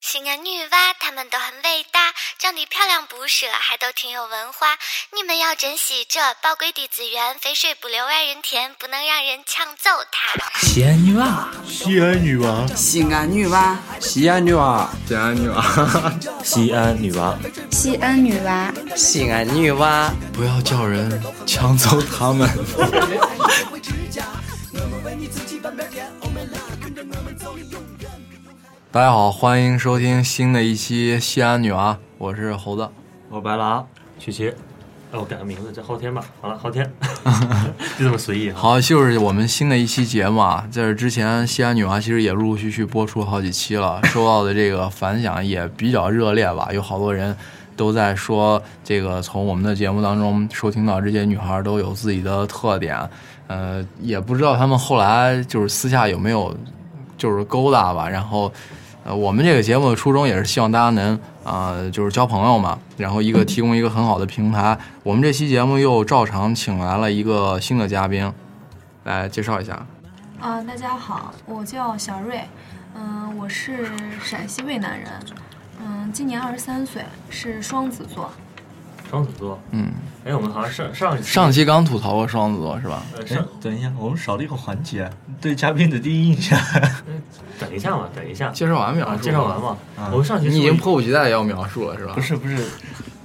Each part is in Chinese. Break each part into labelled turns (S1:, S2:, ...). S1: 型男啊女娲他们都很伟大，长得漂亮不舍，还都挺有文化。你们要珍惜这宝贵的资源，肥水不流外人田，不能让人抢走它。
S2: 西安女娃，
S3: 西安女娃，
S4: 西安女娃，
S5: 西安女娃，
S6: 西安女娃，
S2: 西安女娃，
S7: 西安女娃，
S8: 西安女娃，
S6: 不要叫人抢走他们。 大家好，欢迎收听新的一期《西安女娃》，我是猴子。
S9: 我白狼，
S10: 曲奇，哎，我改个名字叫昊天吧。好了，昊天，就这么随意哈。
S6: 好，就是我们新的一期节目啊，在这之前，《西安女娃》其实也陆陆续续播出好几期了，收到的这个反响也比较热烈吧，有好多人都在说，这个从我们的节目当中收听到这些女孩都有自己的特点，呃，也不知道她们后来就是私下有没有就是勾搭吧，然后。呃，我们这个节目的初衷也是希望大家能啊、呃就是交朋友嘛，然后一个提供一个很好的平台。我们这期节目又照常请来了一个新的嘉宾，来介绍一下。
S11: 啊，大家好，我叫小瑞，嗯、我是陕西渭南人，嗯、今年二十三岁，是双子座。
S10: 双子座，
S6: 嗯，
S10: 哎，我们好像上上一期
S6: 上期刚吐槽过双子座是吧？
S10: 呃
S3: 哎
S10: 上，
S3: 等一下，我们少了一个环节，对嘉宾的第一印象。
S10: 等一下嘛，等一下
S6: 介绍完描
S10: 啊，
S6: 述，
S10: 介绍完。嘛。我们上期
S6: 你已
S10: 说
S6: 经迫不及待地要描述了是吧
S3: 不？是不是，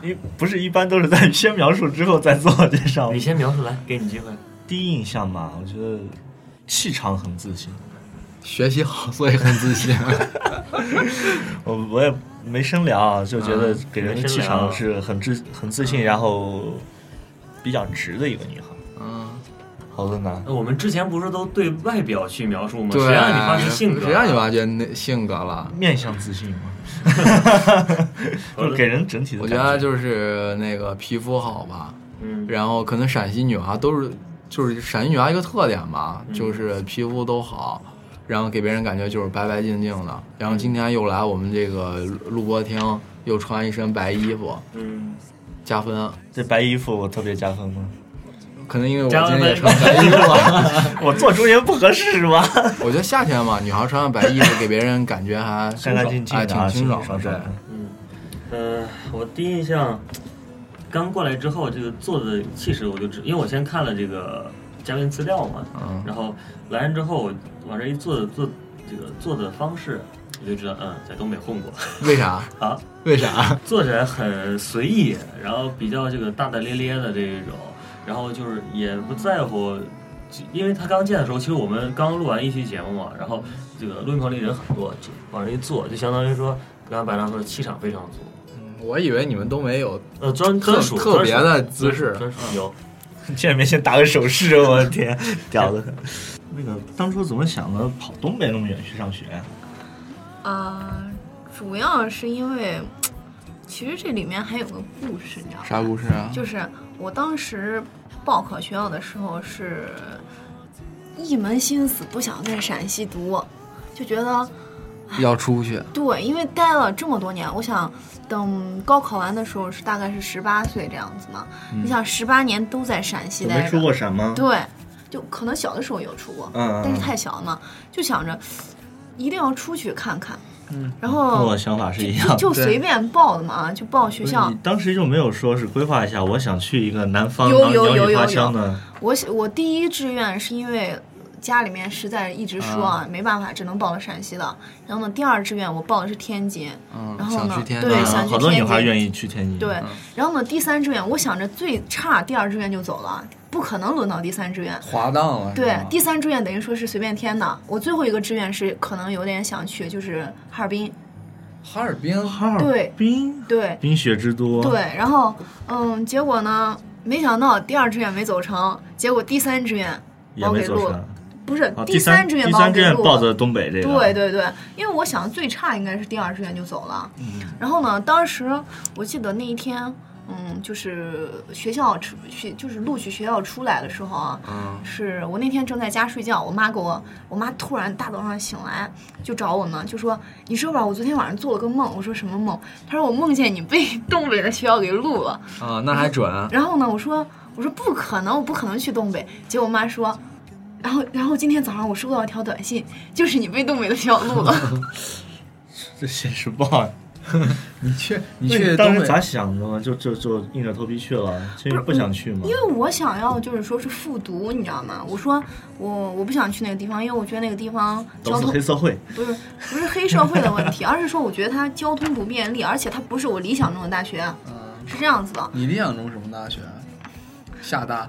S3: 一不是一般都是在先描述之后再自我介绍吗
S10: 你。先描述来，给你机会。
S3: 第一印象嘛，我觉得气场很自信。
S6: 学习好，所以很自 信。
S3: 我我也没深聊啊，就觉得给人的气场是很自很自信，然后比较直的一个女孩。
S6: 嗯，
S3: 好的呢，
S10: 呃我们之前不是都对外表去描述吗？
S6: 对，啊
S10: 谁让你发现性格？啊
S6: 谁让你？挖掘那性格了？
S3: 面相自信 嘛，
S10: 好
S3: 就
S10: 的
S3: 是给人整体的
S6: 我
S3: 感
S6: 觉得就是那个皮肤好吧，
S10: 嗯，
S6: 然后可能陕西女娃都是，就是陕西女娃一个特点吧，
S10: 嗯
S6: 就是皮肤都好，然后给别人感觉就是白白净净的。然后今天又来我们这个录播厅，又穿一身白衣服，
S10: 嗯，
S6: 加分。
S3: 这白衣服我特别加分吗？
S6: 可能因为我
S10: 加
S6: 今
S10: 分
S6: 天也穿白衣服了，
S3: 我做中间不合适是吧？
S6: 我觉得夏天嘛，女孩穿上白衣服给别人感觉还
S3: 干干净净
S6: 哎
S3: 的啊，
S6: 挺清
S3: 清
S6: 爽
S3: 爽
S6: 的。
S3: 爽的。
S10: 嗯呃，我第一印象刚过来之后，这个坐的气势我就知，因为我先看了这个嘉宾资料嘛，
S6: 嗯
S10: 然后来人之后我往这一坐，坐这个坐的方式，我就知道，嗯，在东北混过
S6: 对，为啥？
S10: 啊，
S6: 为啥？
S10: 坐起来很随意，然后比较这个大大咧咧的这一种，然后就是也不在乎，因为他刚见的时候，其实我们刚录完一期节目嘛，然后这个录音棚里人很多，就往这一坐，就相当于说，刚才白狼说的气场非常足，
S6: 我以为你们东北有
S10: 呃，专
S6: 特
S10: 专属
S6: 特别的姿势
S10: 专属
S3: 嗯
S10: 有，
S3: 见面先打个手势，我的天，屌的很。那个当初怎么想的，跑东北那么远去上学？
S11: 啊，主要是因为，其实这里面还有个故事，你知道吗？
S6: 啥故事啊？
S11: 就是我当时报考学校的时候是一门心思不想在陕西读，就觉得
S6: 要出去，
S11: 对，因为待了这么多年，我想等高考完的时候是大概是十八岁这样子嘛。你想十八年都在陕西
S3: 我
S11: 待
S3: 嗯没
S11: 着，
S3: 出过省吗？
S11: 对，就可能小的时候有出过，
S3: 嗯嗯
S11: 但是
S3: 嗯
S11: 太小了嘛，就想着一定要出去看看，
S3: 嗯，
S11: 然
S3: 跟我
S11: 后
S3: 想法是一样
S11: 就
S3: 的。
S11: 就
S6: 对
S11: 随便报的嘛，啊就报学
S3: 不是
S11: 校
S3: 你。当时就没有说是规划一下，我想去一个南方
S11: 有
S3: 然后
S11: 有
S3: 鸟
S11: 有
S3: 语花
S11: 有
S3: 香的。
S11: 我喜我第一志愿是因为家里面实在一直说啊，没办法，只能报了陕西的。然后呢，第二志愿我报的是天津，
S6: 嗯，
S11: 然后
S6: 想
S11: 呢
S6: 去，天津，
S11: 对，
S3: 嗯
S11: 想去
S3: 好多女
S11: 天
S3: 孩
S11: 津。
S3: 愿意去天津。
S11: 对，然后呢，第三志愿我想着最差第二志愿就走了，不可能轮到第三志愿。
S6: 滑荡了。是
S11: 对
S3: 嗯
S6: 吧，
S11: 第三志愿等于说是随便填的。我最后一个志愿是可能有点想去，就是哈尔滨。
S6: 哈尔滨，
S3: 哈尔
S11: 对
S3: 滨，
S11: 对
S3: 冰雪之都。
S11: 对，，然后嗯，结果呢，没想到第二志愿没走成，结果第三志愿
S3: 也
S11: 把我
S3: 没
S11: 给
S3: 走
S11: 录
S3: 成
S11: 了。。不是
S3: 啊，
S11: 第
S3: 三
S11: 志愿
S3: 第
S11: 把我
S3: 三志
S11: 给
S3: 愿
S11: 录
S3: 报
S11: 了。
S3: 的东北这个。
S11: 对对对，因为我想最差应该是第二志愿就走了。然后呢，当时我记得那一天，嗯，就是学校出学就是录取学校出来的时候啊，
S6: 嗯
S11: 是我那天正在家睡觉，我妈给我，我妈突然大早上醒来就找我呢，就说你知道吧，我昨天晚上做了个梦。我说什么梦？她说我梦见你被 东北的学校给录了。
S6: 啊，那还准。
S11: 然后呢，我说我说不可能，我不可能去东北。结果我妈说，然后然后今天早上我收到一条短信，就是你被东北的小鹿了。
S3: 这现实不好。
S4: 你去你
S3: 那
S4: 去
S3: 当
S4: 东
S3: 时
S4: 北
S3: 咋想的呢？就就就硬着头皮去了，其实不想去嘛
S11: 因。为我想要就是说是复读，你知道吗？我说我我不想去那个地方，因为我觉得那个地方
S3: 都
S11: 交
S3: 是
S11: 通
S3: 黑社会，
S11: 不是不是黑社会的问题，而是说我觉得它交通不便利，而且它不是我理想中的大学，啊
S4: 嗯
S11: 是这样子的。
S4: 你理想中什么大学？厦大，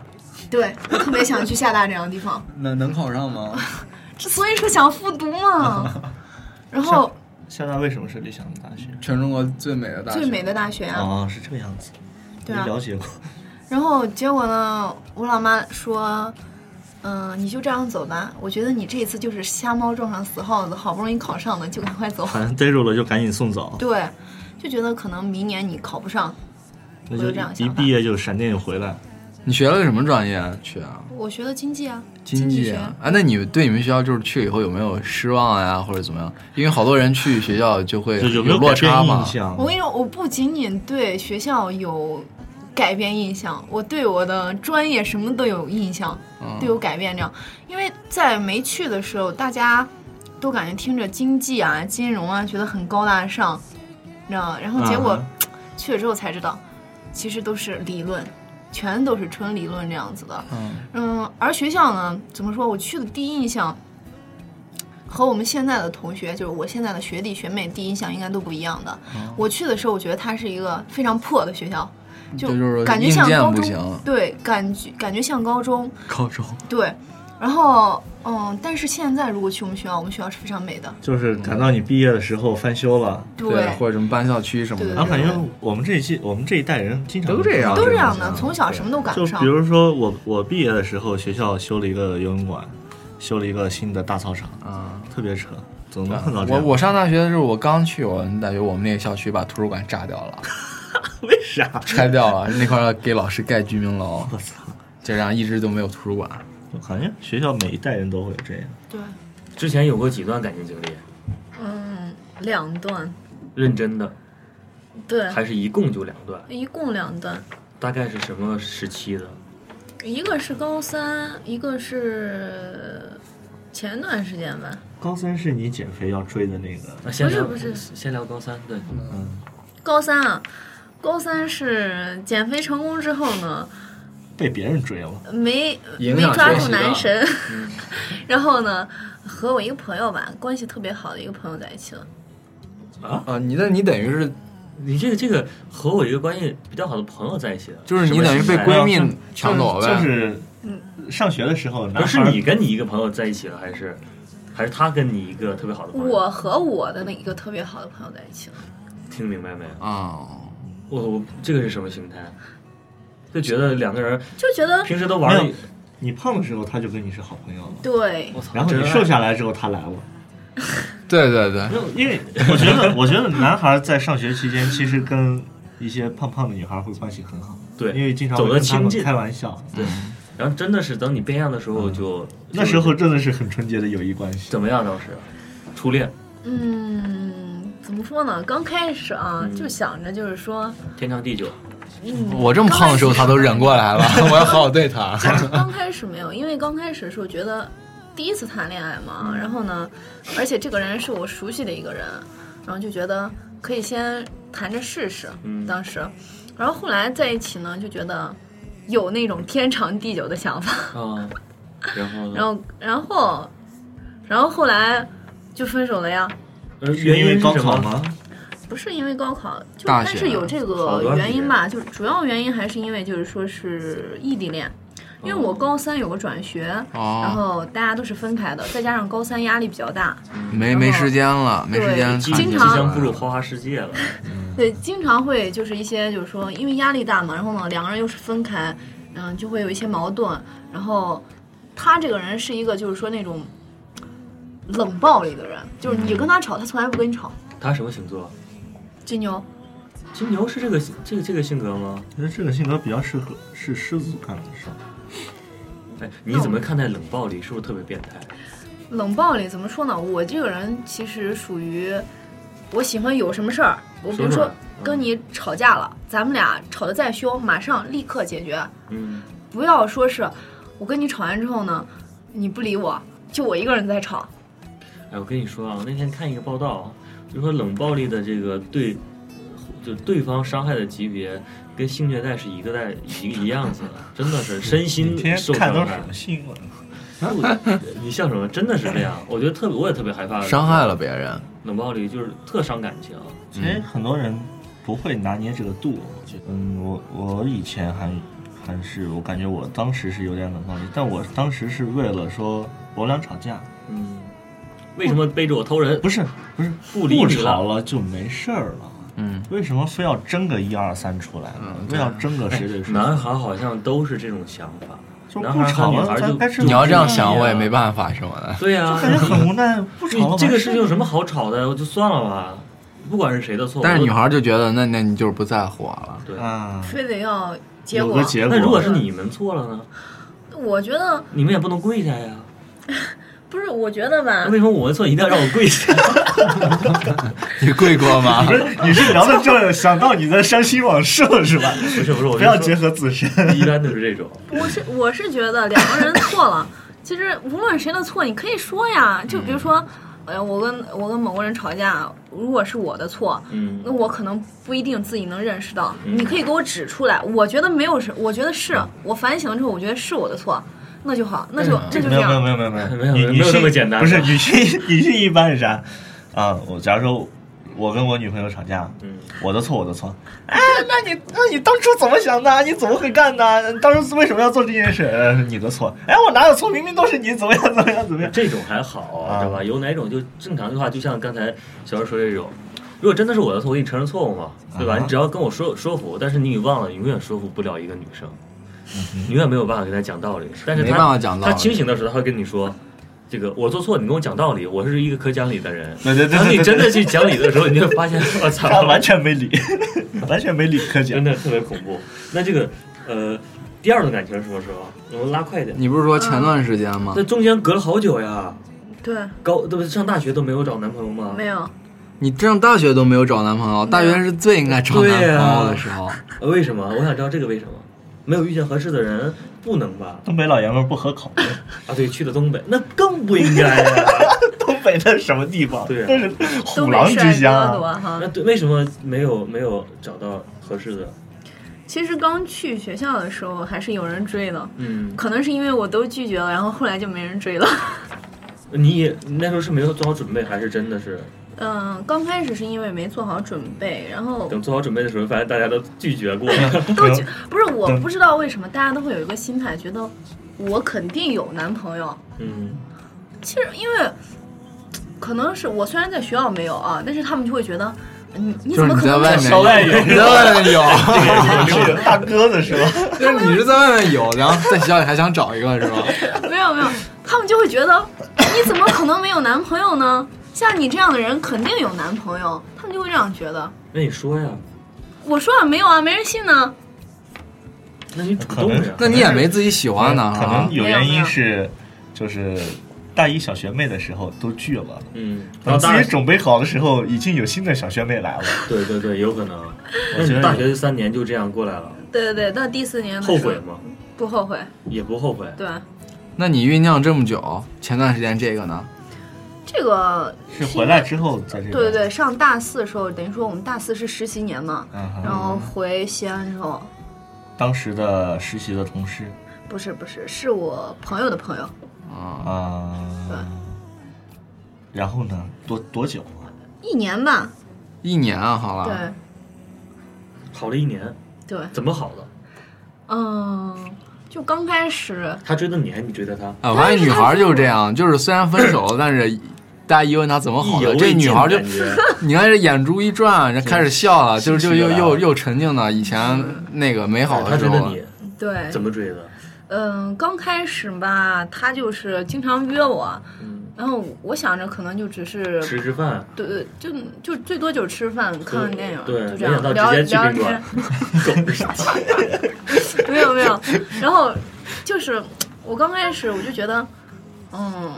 S11: 对我特别想去厦大这样的地方，
S4: 能能考上吗？
S11: 所以说想复读 嘛。然后
S3: 厦大为什么是理想的大学？
S4: 全中国最美的大学，
S11: 最美的大学啊，
S3: 啊，是这个样子，
S11: 对
S3: 没
S11: 啊
S3: 了解 过。
S11: 然后结果呢，我老妈说。嗯，你就这样走吧。我觉得你这一次就是瞎猫撞上死耗子，好不容易考上了，就赶快走。
S3: 反正逮住了就赶紧送走，
S11: 对，就觉得可能明年你考不上。
S3: 那
S11: 我
S3: 就
S11: 有这样
S3: 一
S11: 想法
S3: 毕业就闪电就回来。
S6: 你学了个什么专业啊？去啊？
S11: 我学的经济啊，
S6: 经济
S11: 学。
S6: 啊？啊，那你对你们学校就是去了以后有没有失望呀、或者怎么样？因为好多人去学校就会
S3: 就有没有
S6: 落
S3: 改变
S6: 差嘛嗯
S3: 印。象
S11: 我？跟你说，我不仅仅对学校有改变印象，我对我的专业什么都有印象，
S6: 嗯
S11: 都有改变。这样，因为在没去的时候，大家都感觉听着经济啊、金融啊，觉得很高大上，你知道吗？然后结果
S6: 嗯
S3: 啊
S11: 去了之后才知道，其实都是理论，全都是纯理论这样子的。
S4: 嗯，
S11: 嗯，而学校呢，怎么说？我去的第一印象和我们现在的同学，就是我现在的学弟学妹，第一印象应该都不一样的。
S6: 哦
S11: 我去的时候，我觉得它是一个非常破的学校，就
S6: 这嗯就是
S11: 感觉
S6: 硬
S11: 像
S6: 件
S11: 高
S6: 不
S11: 中
S6: 行，
S11: 对，感觉感觉像高中，
S6: 高中
S11: 对。然后，嗯，但是现在如果去我们学校，我们学校是非常美的，
S3: 就是赶到你毕业的时候翻修了。
S11: 对，
S6: 或者什么班校区什么
S11: 对
S3: 然
S6: 的
S3: 后感觉我们这一期，我们这一代人经常
S6: 都这样
S11: 都这
S6: 这
S11: 样
S6: 样
S11: 的，
S6: 子啊
S11: 从小什么都赶
S3: 就
S11: 不上
S3: 比。如说我我毕业的时候，学校修了一个游泳馆，修了一个新的大操场，
S6: 啊。
S3: 特别扯，总能碰到这
S6: 我
S3: 样。
S6: 我上大学的时候，我刚去我们大学，我们那个校区把图书馆炸掉了，
S3: 为 啥？
S6: 拆掉了，那块儿给老师盖居民楼，
S3: 我操！
S6: 就这样一直都没有图书馆。
S3: 好像学校每一代人都会有这样。
S11: 对，
S10: 之前有过几段感情经历，
S11: 嗯，两段，
S10: 认真的，
S11: 对，
S10: 还是一共就两段，
S11: 一共两段。
S10: 大概是什么时期的？
S11: 一个是高三，一个是前段时间吧。
S3: 高三是你减肥要追的那个，
S10: 那先聊
S11: 不是不
S10: 先聊高三，对，
S3: 嗯，
S11: 高三啊，高三是减肥成功之后呢，
S3: 被别人追了。
S11: 没
S6: 影
S11: 没
S6: 响
S11: 抓
S6: 学
S11: 住
S6: 习
S11: 男
S6: 了嗯
S11: 神， 然后呢，和我一个朋友吧，关系特别好的一个朋友在一起了。
S6: 啊，你那你等于是
S10: 你这个这个和我一个关系比较好的朋友在一起的，
S6: 就是你
S10: 什么
S6: 等于被
S10: 心态
S6: 闺蜜
S3: 然后就
S6: 抢走呗
S3: 就是就是上学的时候，男
S10: 不是
S3: 孩儿
S10: 你跟你一个朋友在一起了，还是还是他跟你一个特别好的朋友？
S11: 我和我的那一个特别好的朋友在一起了，
S10: 听明白没有？
S6: 啊，
S10: 我我这个是什么心态？就觉得两个人
S11: 就觉得
S10: 平时都玩
S3: 没
S10: 儿
S3: 有，你胖的时候他就跟你是好朋友了，
S11: 对
S10: 我操，
S3: 然后你
S10: 真爱
S3: 瘦下来之后他来了。
S6: 对对对，
S3: 因为我觉得，我觉得男孩在上学期间其实跟一些胖胖的女孩会关系很好，
S10: 对
S3: 因为经常
S10: 走
S3: 会
S10: 得
S3: 跟他
S10: 亲
S3: 们
S10: 近
S3: 开，玩笑。
S10: 对。然后真的是等你变样的时候就，
S3: 嗯那时候真的是很纯洁的友谊关系。
S10: 怎么样？当时初恋
S11: 嗯，怎么说呢？刚开始啊，
S6: 嗯
S11: 就想着就是说，
S10: 天长地久，
S11: 嗯，
S6: 我这么胖的时候，
S11: 刚开
S6: 她
S11: 始
S6: 都忍过来了，我要好好对她。
S11: 刚开始没有，因为刚开始是我觉得第一次谈恋爱嘛，然后呢，而且这个人是我熟悉的一个人，然后就觉得可以先谈着试试。
S10: 嗯
S11: 当时，然后后来在一起呢，就觉得有那种天长地久的想法，
S10: 啊，然后呢
S11: 然后然后然后后来就分手了呀。
S10: 呃
S3: 是
S10: 原
S3: 因为
S10: 因
S3: 高
S10: 是什
S3: 考
S10: 么？
S3: 吗？
S11: 不是因为高考，就
S6: 大
S11: 但
S6: 学
S11: 是有这
S10: 好
S11: 个
S10: 多
S11: 原因吧，就主要原因还是因为就是说是异地恋，因为我高三有个转学，
S6: 哦
S11: 然后大家都是分开的，再加上高三压力比较大，
S6: 没没时间了，没时间
S11: 对
S10: 即
S6: 看
S11: 经
S10: 即
S6: 你
S11: 常
S10: 将步入花花世界了，
S11: 对，经常会就是一些就是说因为压力大嘛，然后呢两个人又是分开，嗯，就会有一些矛盾，然后他这个人是一个就是说那种冷暴力的人，就是你跟他吵，他从来不跟你吵，
S10: 他什么星座？
S11: 金牛。
S10: 金牛是这个这个这个性格吗？
S3: 我觉得这个性格比较适合是狮子干的事儿。
S10: 哎，你怎么看待冷暴力？是不是特别变态？
S11: 冷暴力怎么说呢？我这个人其实属于，我喜欢有什么事儿，我比如
S10: 说出
S11: 说
S10: 来嗯
S11: 跟你吵架了，咱们俩吵得再凶，马上立刻解决，
S10: 嗯，
S11: 不要说是我跟你吵完之后呢，你不理我，就我一个人在吵。
S10: 哎，我跟你说啊，我那天看一个报道，就说冷暴力的这个对，就对方伤害的级别跟性虐待是一个代一个一样子的，真的是身
S3: 你
S10: 心
S3: 天
S10: 受
S3: 天看
S10: 伤
S3: 都是
S10: 害
S3: 什。么新闻？啊
S10: 我你像什么？真的是这样，我觉得特别，我也特别害怕
S6: 伤害了别人，
S10: 冷暴力，就是特伤感情。
S3: 其实很多人不会拿捏这个度，我觉得，嗯，我我以前还还是我感觉我当时是有点冷暴力，但我当时是为了说我俩吵架，
S10: 嗯，为什么背着我偷人？
S3: 不是不是
S10: 不理你
S3: 吵
S10: 了，
S3: 了就没事儿了。
S6: 嗯，
S3: 为什么非要争个一二三出来呢？非要争个嗯谁对谁错？
S10: 男孩好像都是这种想法。
S3: 就
S10: 男
S3: 不
S10: 孩和
S3: 吵
S10: 女
S3: 了，
S10: 孩就
S3: 咱该吃
S10: 就
S6: 你要这样
S3: 不
S6: 想，
S3: 一
S6: 我也 没办法什么的。
S10: 对呀、
S3: 感觉很无奈，不吵了。
S10: 这个事情有什么好吵的？我就算了吧，不管是谁的错。
S6: 但是
S10: 我
S6: 女孩就觉得，那那你就是不在乎我 了。
S10: 对，
S3: 啊，
S11: 非得要结
S3: 有
S11: 果
S3: 个。结果。
S10: 那如果是你们错了呢？
S11: 我觉得
S10: 你们也不能跪下呀。
S11: 不是，我觉得吧
S10: 那，为什么我的错一定要让我跪下？
S6: 你跪过吗？
S3: 不 是你是聊到这儿想到你的伤心往事了是吧？
S10: 不是不是，我
S3: 不要结
S10: 结
S3: 合自身。
S10: 一般都是这种。
S11: 我是我是觉得两个人错 了，其实无论谁的错，你可以说呀。就比如说，
S3: 嗯
S11: 呃，我跟我跟某个人吵架，如果是我的错，
S10: 嗯
S11: 那我可能不一定自己能认识到。
S10: 嗯
S11: 你可以给我指出来，我觉得没有什，我觉得是
S3: 嗯
S11: 我反省了之后，我觉得是我的错，那就好，那就这就
S3: 没
S11: 这
S3: 有没有
S11: 样。
S3: 没有没有没有
S10: 没有
S3: 女
S10: 没有
S3: 女
S10: 没有
S3: 性
S10: 那么简单
S3: 不是
S10: 的
S3: 女性女性一般是啥？啊，我假如说我跟我女朋友吵架，
S10: 嗯，
S3: 我的错我的错。啊，那你那你当初怎么想的？啊你怎么会干的？你当初为什么要做这件事？呃你的错。哎，我哪有错？明明都是你怎么样怎么样怎么 样。
S10: 这种还好，
S3: 啊
S10: 知道吧？有哪种就正常的话，就像刚才小二说这种，如果真的是我的错，我给你承认错误嘛，对吧？
S3: 啊
S10: 你只要跟我说说服，但是你忘了，你永远说服不了一个女生，
S3: 嗯
S10: 你永远没有办法跟她讲道理。但是她
S6: 没办法讲道理
S10: 她清醒的时候，她会跟你说。这个我做错，你跟我讲道理，我是一个可讲理的人。
S3: 对对对对
S10: 当你
S3: 对
S10: 真的去讲理的时候，你就 发现，我操，
S3: 他完全没理， 完全没理科姐
S10: 真。的特别恐怖。那这个呃，第二段感情是什么时候？我们拉快一 点。
S6: 你不是说前段时间吗
S10: 那？中间隔了好久呀，
S11: 对，
S10: 高都上大学都没有找男朋友吗？
S11: 没有，
S6: 你上大学都没有找男朋友，大学是最应该找男
S4: 啊
S6: 朋友的时候。
S10: 呃为什么？我想知道这个为什么。没有遇见合适的人，不能吧？
S3: 东北老爷们儿不合口，
S10: 啊，对，去的东北，那更不应该 呀、
S3: 东北那是什么地方？
S10: 对啊
S3: 那是
S11: 东
S3: 虎狼
S11: 北
S3: 之
S11: 帅
S3: 乡
S11: 哥多
S3: 啊！
S11: 哈
S10: 那。对，为什么没有没有找到合适的？
S11: 其实刚去学校的时候还是有人追的，
S10: 嗯，
S11: 可能是因为我都拒绝了，然后后来就没人追了。
S10: 呃你也你那时候是没有做好准备，还是真的是
S11: 嗯，刚开始是因为没做好准备，然后
S10: 等做好准备的时候，发现大家都拒绝过？
S11: 都觉不是我不知道为什么大家都会有一个心态，觉得我肯定有男朋友。
S10: 嗯，
S11: 其实因为可能是我虽然在学校没有啊，但是他们就会觉得你你
S6: 就是
S11: 怎么
S6: 你
S11: 可
S6: 在
S11: 能
S6: 外面
S11: 有
S3: 校外有
S6: 你在外面有，
S3: 是 大哥的是吧？
S6: 就是你是在外面有，然后在学校里还想找一个是吧？
S11: 没有没有，他们就会觉得你怎么可能没有男朋友呢？像你这样的人肯定有男朋友，他们就会这样觉得。
S10: 那你说呀，
S11: 我说啊没有啊，没人信呢。
S10: 那你主动呀。
S6: 那你也没自己喜欢的
S3: 哎可
S6: 啊
S3: 能。有原因是，就是大一小学妹的时候都拒了，
S10: 嗯，
S3: 等
S10: 然后
S3: 自
S10: 大
S3: 己准备好的时候，已经有新的小学妹来了。
S10: 对对对，有可能。啊那
S3: 我觉得
S10: 你大学这三年就这样过来了，
S11: 对对对，到第四年的时
S10: 后
S11: 候
S10: 悔吗？
S11: 不后悔？
S10: 也不后悔。
S11: 对，
S6: 那你酝酿这么久，前段时间这个呢？
S11: 这个
S3: 是回来之后在这边。
S11: 对对对，上大四的时候，等于说我们大四是实习年嘛，
S3: 嗯哼。
S11: 然后回西安之后，
S3: 当时的实习的同事
S11: 不是不是，是我朋友的朋友，
S6: 啊，
S3: 啊、
S11: 对
S3: 然后呢？多多久啊？
S11: 一年吧，
S6: 一年啊，好了，
S11: 对
S10: 好了一年，
S11: 对，
S10: 怎么好的？
S11: 嗯，就刚开始，
S10: 他追的你，还哎是你追的他？
S6: 啊，我发现女孩就是这样，就是虽然分 手了，但是大家一问她怎么好
S10: 意犹
S6: 的，
S10: 未
S6: 这女
S10: 尽
S6: 孩就
S10: 感觉
S6: 你看这眼珠一转，人开始笑了，就是就
S10: 心虚
S6: 又
S10: 了
S6: 又又沉浸到以前那个美好
S10: 哦哎他
S6: 的时
S10: 追
S6: 候了。
S10: 的你，
S11: 对，
S10: 怎么追的？
S11: 嗯，刚开始吧，他就是经常约我，
S10: 嗯，
S11: 然后我想着可能就只是
S10: 吃吃饭，
S11: 对对，就就最多就是吃饭、看看电影，
S10: 对，
S11: 就这
S10: 没想
S11: 样
S10: 到
S11: 聊
S10: 直
S11: 聊
S10: 接去
S11: 聊
S10: 宾
S11: 天
S10: 馆，， 狗日的
S11: 没有没有。然后就是我刚开始我就觉得，嗯，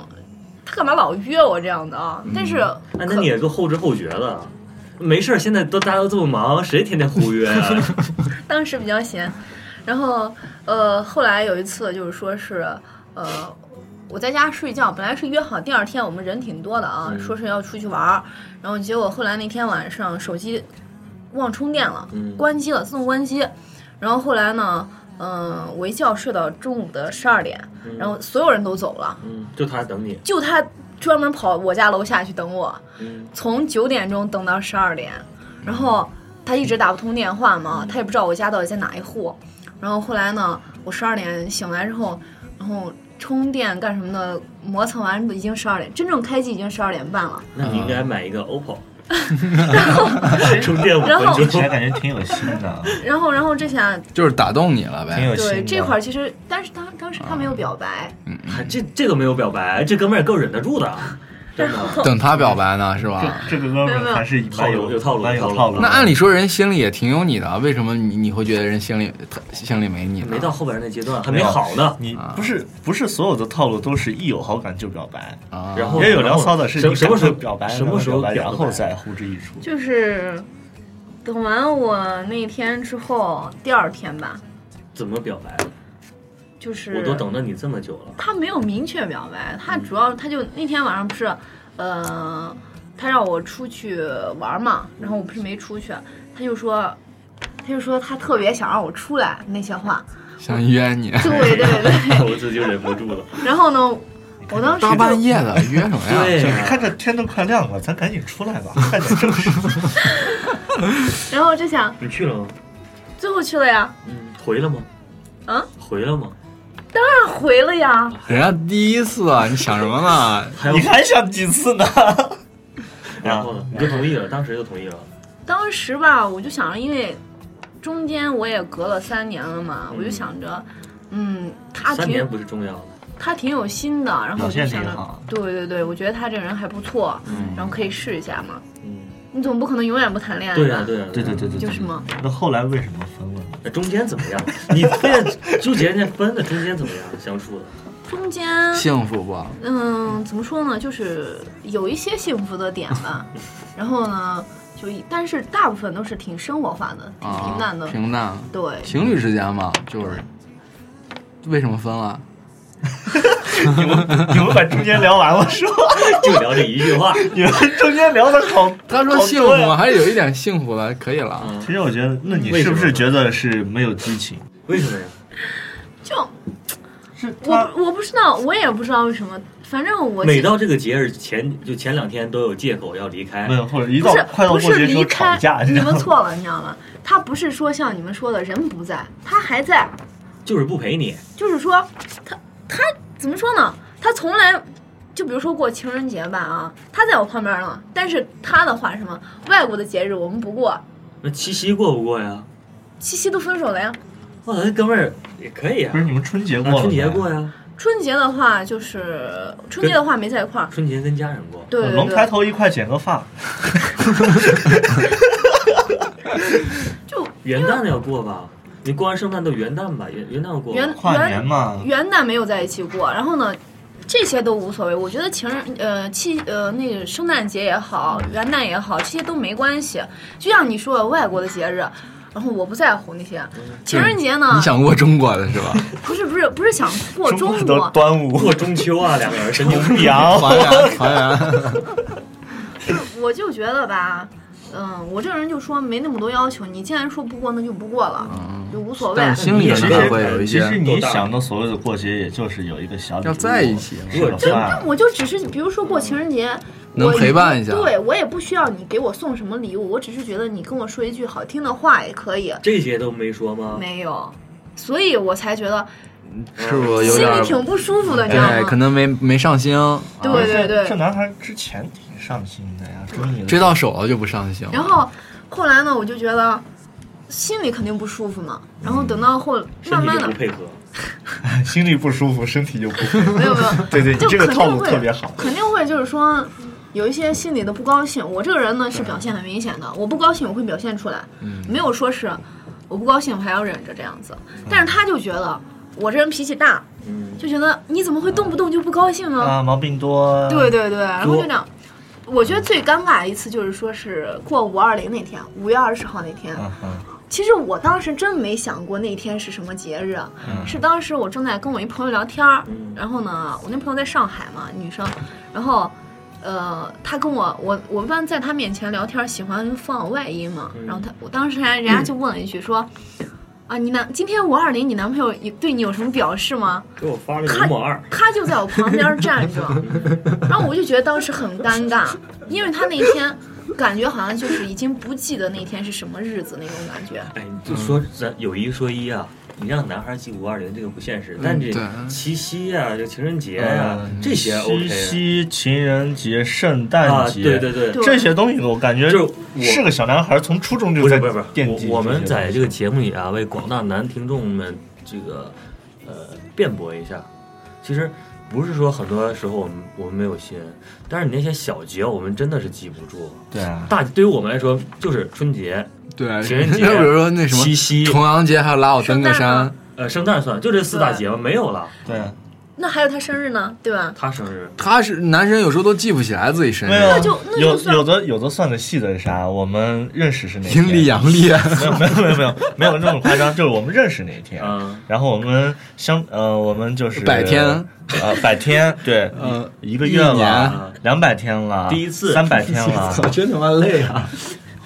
S11: 他干嘛老约我这样的啊？但是可、
S10: 哎，那你也够后知后觉的。没事儿，现在都大家都这么忙，谁天天忽约啊？
S11: 当时比较闲，然后呃，后来有一次就是说是呃，我在家睡觉，本来是约好第二天我们人挺多的啊，说是要出去玩儿，然后结果后来那天晚上手机忘充电了，
S10: 嗯
S11: 关机了，自动关机。然后后来呢，嗯、我一觉睡到中午的十二点，然后所有人都走了，
S10: 嗯，就他等你，
S11: 就他专门跑我家楼下去等我，
S10: 嗯
S11: 从九点钟等到十二点，然后他一直打不通电话嘛，
S10: 嗯
S11: 他也不知道我家到底在哪一户。然后后来呢，我十二点醒来之后，然后充电干什么的，磨蹭完已经十二点，真正开机已经十二点半了。
S10: 那你应该买一个 OPPO，充电五分
S11: 然后
S10: 钟
S3: 听起来感觉挺有心的啊，
S11: 然后，然后这下
S6: 就是打动你了
S3: 挺
S6: 呗。
S3: 有心的。啊
S11: 对这块儿其实，但是当当时他没有表白，
S10: 啊这这个没有表白，这哥们儿也够忍得住的，真的。
S6: 等他表白呢，是吧？
S3: 这这个哥们儿还是蛮
S10: 没有没有套路有套路
S3: 蛮有
S10: 有套
S3: 套
S10: 路
S3: 路。
S6: 那按理说人心里也挺有你的，为什么你你会觉得人心里他心里没你呢？
S10: 没到后边那阶段，还没好呢。
S3: 你不是不是所有的套路都是一有好感就表白，
S6: 啊，
S10: 然后
S3: 也有聊骚的是
S10: 什
S3: 你
S10: 什么时候
S3: 赶快表白，
S10: 什么时候
S3: 表白，
S10: 表
S3: 然
S10: 的
S3: 后
S10: 白
S3: 再呼之欲出。
S11: 就是等完我那天之后，第二天吧，
S10: 怎么表白？
S11: 就是
S10: 我都等了你这么久了。
S11: 他没有明确表白，他主要他就那天晚上不是，呃，他让我出去玩嘛，然后我不是没出去，他就说，他就说他特别想让我出来那些话，
S6: 想约 你，
S11: 对对对，
S10: 我自己忍不住了。
S11: 然后呢，我当时
S6: 大半
S11: 就
S6: 夜的约什么呀？
S10: 对
S3: 就是
S10: 呀、
S3: 看着天都快亮了，咱赶紧出来吧，快 点正式。
S11: 然后就想
S10: 你去了吗？
S11: 最后去了呀，
S10: 嗯，回了吗？
S11: 啊，
S10: 回了吗？
S11: 他回了呀，
S6: 人家第一次，啊你想什么呢？
S10: 还有
S3: 你，啊还想几次呢？
S10: 然后呢？你就同意了，当时就同意了。
S11: 当时吧，我就想着，因为中间我也隔了三年了嘛，我就想着，嗯，他
S10: 三
S11: 挺
S10: 年不是重要的，
S11: 他挺有心的，然后我就
S3: 表现
S11: 想
S3: 挺
S11: 着
S3: 好，嗯
S11: 对对对，我觉得他这个人还不错，然后可以试一下嘛。
S10: 嗯，
S11: 你总不可能永远不谈恋爱吧？
S10: 对呀、啊对呀、
S3: 对对对对对，
S11: 就是嘛。
S3: 那后来为什么分了呢？
S10: 那中间怎么样？你 非得纠结人家分的中间怎么样相处的？
S11: 中间，
S6: 幸福不？啊
S11: 嗯，怎么说呢，就是有一些幸福的点 吧。然后呢，就但是大部分都是挺生活化的，挺
S6: 啊，
S11: 平淡的。
S6: 平淡。
S11: 对，
S6: 情侣之间嘛，就是为什么分了？
S3: 你们把中间聊完了说，
S10: 就聊这一句话，
S3: 你们中间聊的好。
S6: 他说幸福嘛，哦还是有一点幸福了，可以了。
S10: 嗯，
S3: 其实我觉得，那你是不是觉得是没有激情？
S10: 为什么呀？
S11: 就是我
S3: 他
S11: 不我不知道，我也不知道为什么，反正我
S10: 每到这个节日前，就前两天都有借口要离开
S3: 没。有，或者一
S11: 不
S3: 到
S11: 是
S3: 快到
S11: 不
S3: 过
S11: 是
S3: 节的时候
S11: 离
S3: 吵
S11: 开
S3: 架，，
S11: 你
S3: 知道
S11: 们
S3: 吗？
S11: 错了，你知道吗？他不是说像你们说的人不在，他还在，
S10: 就是不陪你，
S11: 就是说他他怎么说呢？他从来就比如说过情人节吧啊，他在我旁边呢，但是他的话是什么外国的节日我们不过，
S10: 那七夕过不过呀？
S11: 七夕都分手了呀。
S10: 哇，那哥们儿也可以啊
S3: 不是，你们春节过
S10: 啊
S3: 了吗
S10: 春节过呀，
S11: 春节的话就是春节的话没在一块儿，
S10: 春节跟家人过。
S11: 对对
S3: 龙抬
S11: 对，
S3: 头一块剪个发，
S11: 就
S10: 元旦要过吧？你过完圣诞到元旦吧，元元旦要过吧
S11: 元
S3: 跨年嘛，
S11: 元旦没有在一起过，然后呢，这些都无所谓。我觉得情人呃七呃那个圣诞节也好，元旦也好，这些都没关系。就像你说的外国的节日，然后我不在乎那些。情人节呢
S6: 你，想过中国的是吧？
S11: 不是不是不是想过中
S3: 国都
S11: 国，
S3: 端午
S10: 过中秋啊，两个人神经病。
S3: 阳
S6: 团圆团
S11: 啊
S6: 圆。
S11: 我就觉得吧，嗯，我这个人就说没那么多要求，你既然说不过，那就不过了，
S10: 嗯
S11: 就无所谓。
S6: 但是心里
S10: 其实
S6: 肯定会有一
S3: 其实
S6: 些
S3: 你想的所谓的过节，也就是有一个小礼物
S6: 要在一起嘛
S3: 吃个
S10: 对
S3: 饭，
S11: 我就只是，比如说过情人节，
S6: 能
S11: 我
S6: 陪伴一下
S11: 对我也不需要你给我送什么礼物，我只是觉得你跟我说一句好听的话也可以。
S10: 这些都没说吗？
S11: 没有，所以我才觉得
S6: 是不是有
S11: 心里
S6: 点
S11: 挺不舒服的，你知道
S6: 对，哎可
S11: 吗？
S6: 能没没上啊心，
S11: 对对
S3: 这
S11: 对。
S3: 男孩之前挺上心的呀，追你的
S6: 追到手了就不上心了。
S11: 然后后来呢，我就觉得心里肯定不舒服嘛。然后等到后
S10: 身
S11: 慢
S10: 体
S11: 慢
S10: 就
S11: 的
S10: 不，配合，
S3: 心里不舒服，身体就不 舒服。
S11: 没有没有，
S3: 对对，你
S11: 就
S3: 这个
S11: 肯定
S3: 套路
S11: 会
S3: 特别好。
S11: 肯定会就是说有一些心里的不高兴。我这个人呢是表现很明显的，我不高兴我会表现出来，
S3: 嗯
S11: 没有说是我不高兴我还要忍着这样子。
S3: 嗯
S11: 但是他就觉得我这人脾气大，
S10: 嗯，
S11: 就觉得你怎么会动不动就不高兴呢？
S3: 啊，毛病多。
S11: 嗯对，对对，然后
S10: 作
S11: 就这样。我觉得最尴尬的一次就是说是过五二零那天，五月二十号那天，
S3: 嗯嗯，
S11: 其实我当时真没想过那天是什么节日，啊
S10: 嗯
S11: 是当时我正在跟我一朋友聊天儿，然后呢，我那朋友在上海嘛，女生，然后，呃，她跟我我我一般在她面前聊天儿喜欢放外音嘛，
S10: 嗯
S11: 然后她我当时还人家就问了一句说，啊，你男今天五二零，你男朋友有对你有什么表示吗？
S10: 给我发了
S11: 咔
S10: 个五毛二，
S11: 他就在我旁边站 着，然后我就觉得当时很尴尬，因为他那天感觉好像就是已经不记得那天是什么日子那种感觉。
S10: 哎，你就说
S3: 嗯
S10: 咱有一说一啊，你让男孩记五二零这个不现实，但这
S4: 对
S10: 七夕啊，这情人节呀、
S3: 嗯
S10: 这些 OK
S3: 七
S10: 啊
S3: 夕、情人节、圣诞
S10: 啊，
S3: 节，
S10: 对对对，
S11: 对
S3: 这些东西，我感觉
S10: 就是我
S3: 是个小男孩，从初中就
S10: 不
S3: 在
S10: 是不是不
S3: 惦
S10: 是
S3: 记，
S10: 我我们
S3: 这些
S10: 在这个节目里啊，为广大男听众们这个呃辩驳一下，其实不是说很多时候我们我们没有心，但是你那些小节我们真的是记不住。
S3: 对啊，
S10: 大对于我们来说就是春节、
S6: 对
S10: 情人节
S6: 比如说 那什么
S10: 七夕、
S6: 重阳节，还有拉我登个
S11: 圣诞
S6: 山
S11: 吗，
S10: 呃圣诞算，就这四大节嘛，没有了。
S3: 对啊，
S11: 那还有他生日呢，对吧？
S10: 他生日，
S6: 他是男生有时候都记不起来自己生
S3: 没
S6: 日，
S3: 有啊
S11: 那就那就
S3: 有
S11: 算
S3: 有的有的算的细的是啥？我们认识是哪天？
S6: 阴历阳历，啊
S3: 没有没有没有没有没有那么夸张，就是我们认识那天，
S10: 嗯
S3: 然后我们相呃我们就是
S6: 百天
S3: 呃百天对，
S6: 嗯
S3: 一个月
S6: 一
S3: 了
S6: 年，
S3: 两百天了，
S10: 第一次
S3: 三百天了，
S4: 真他妈累啊！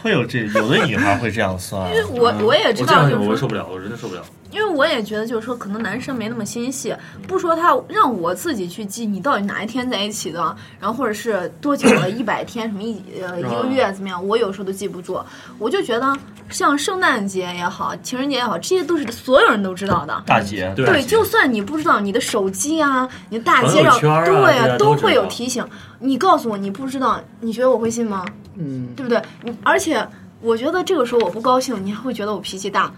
S3: 会有这有的女孩会这样算
S11: 因，为我嗯我也知
S10: 我这样
S11: 道，就
S10: 我
S11: 是
S10: 受
S11: 说，
S10: 不了，我真的受不了。
S11: 因为我也觉得就是说，可能男生没那么心细，不说他让我自己去记你到底哪一天在一起的，然后或者是多久了，一百天什么一呃一个月怎么样，我有时候都记不住。我就觉得像圣诞节也好，情人节也好，这些都是所有人都知道的，
S3: 大姐
S10: 对
S11: 对，就算你不知道，你的手机啊，你的大
S10: 朋
S11: 街
S10: 友
S11: 上，
S10: 圈啊
S11: 对
S10: 这些
S11: 都
S10: 都知
S11: 会有
S10: 道
S11: 提醒。你告诉我你不知道，你觉得我会信吗？
S4: 嗯，
S11: 对不对？你而且我觉得这个时候我不高兴，你还会觉得我脾气大，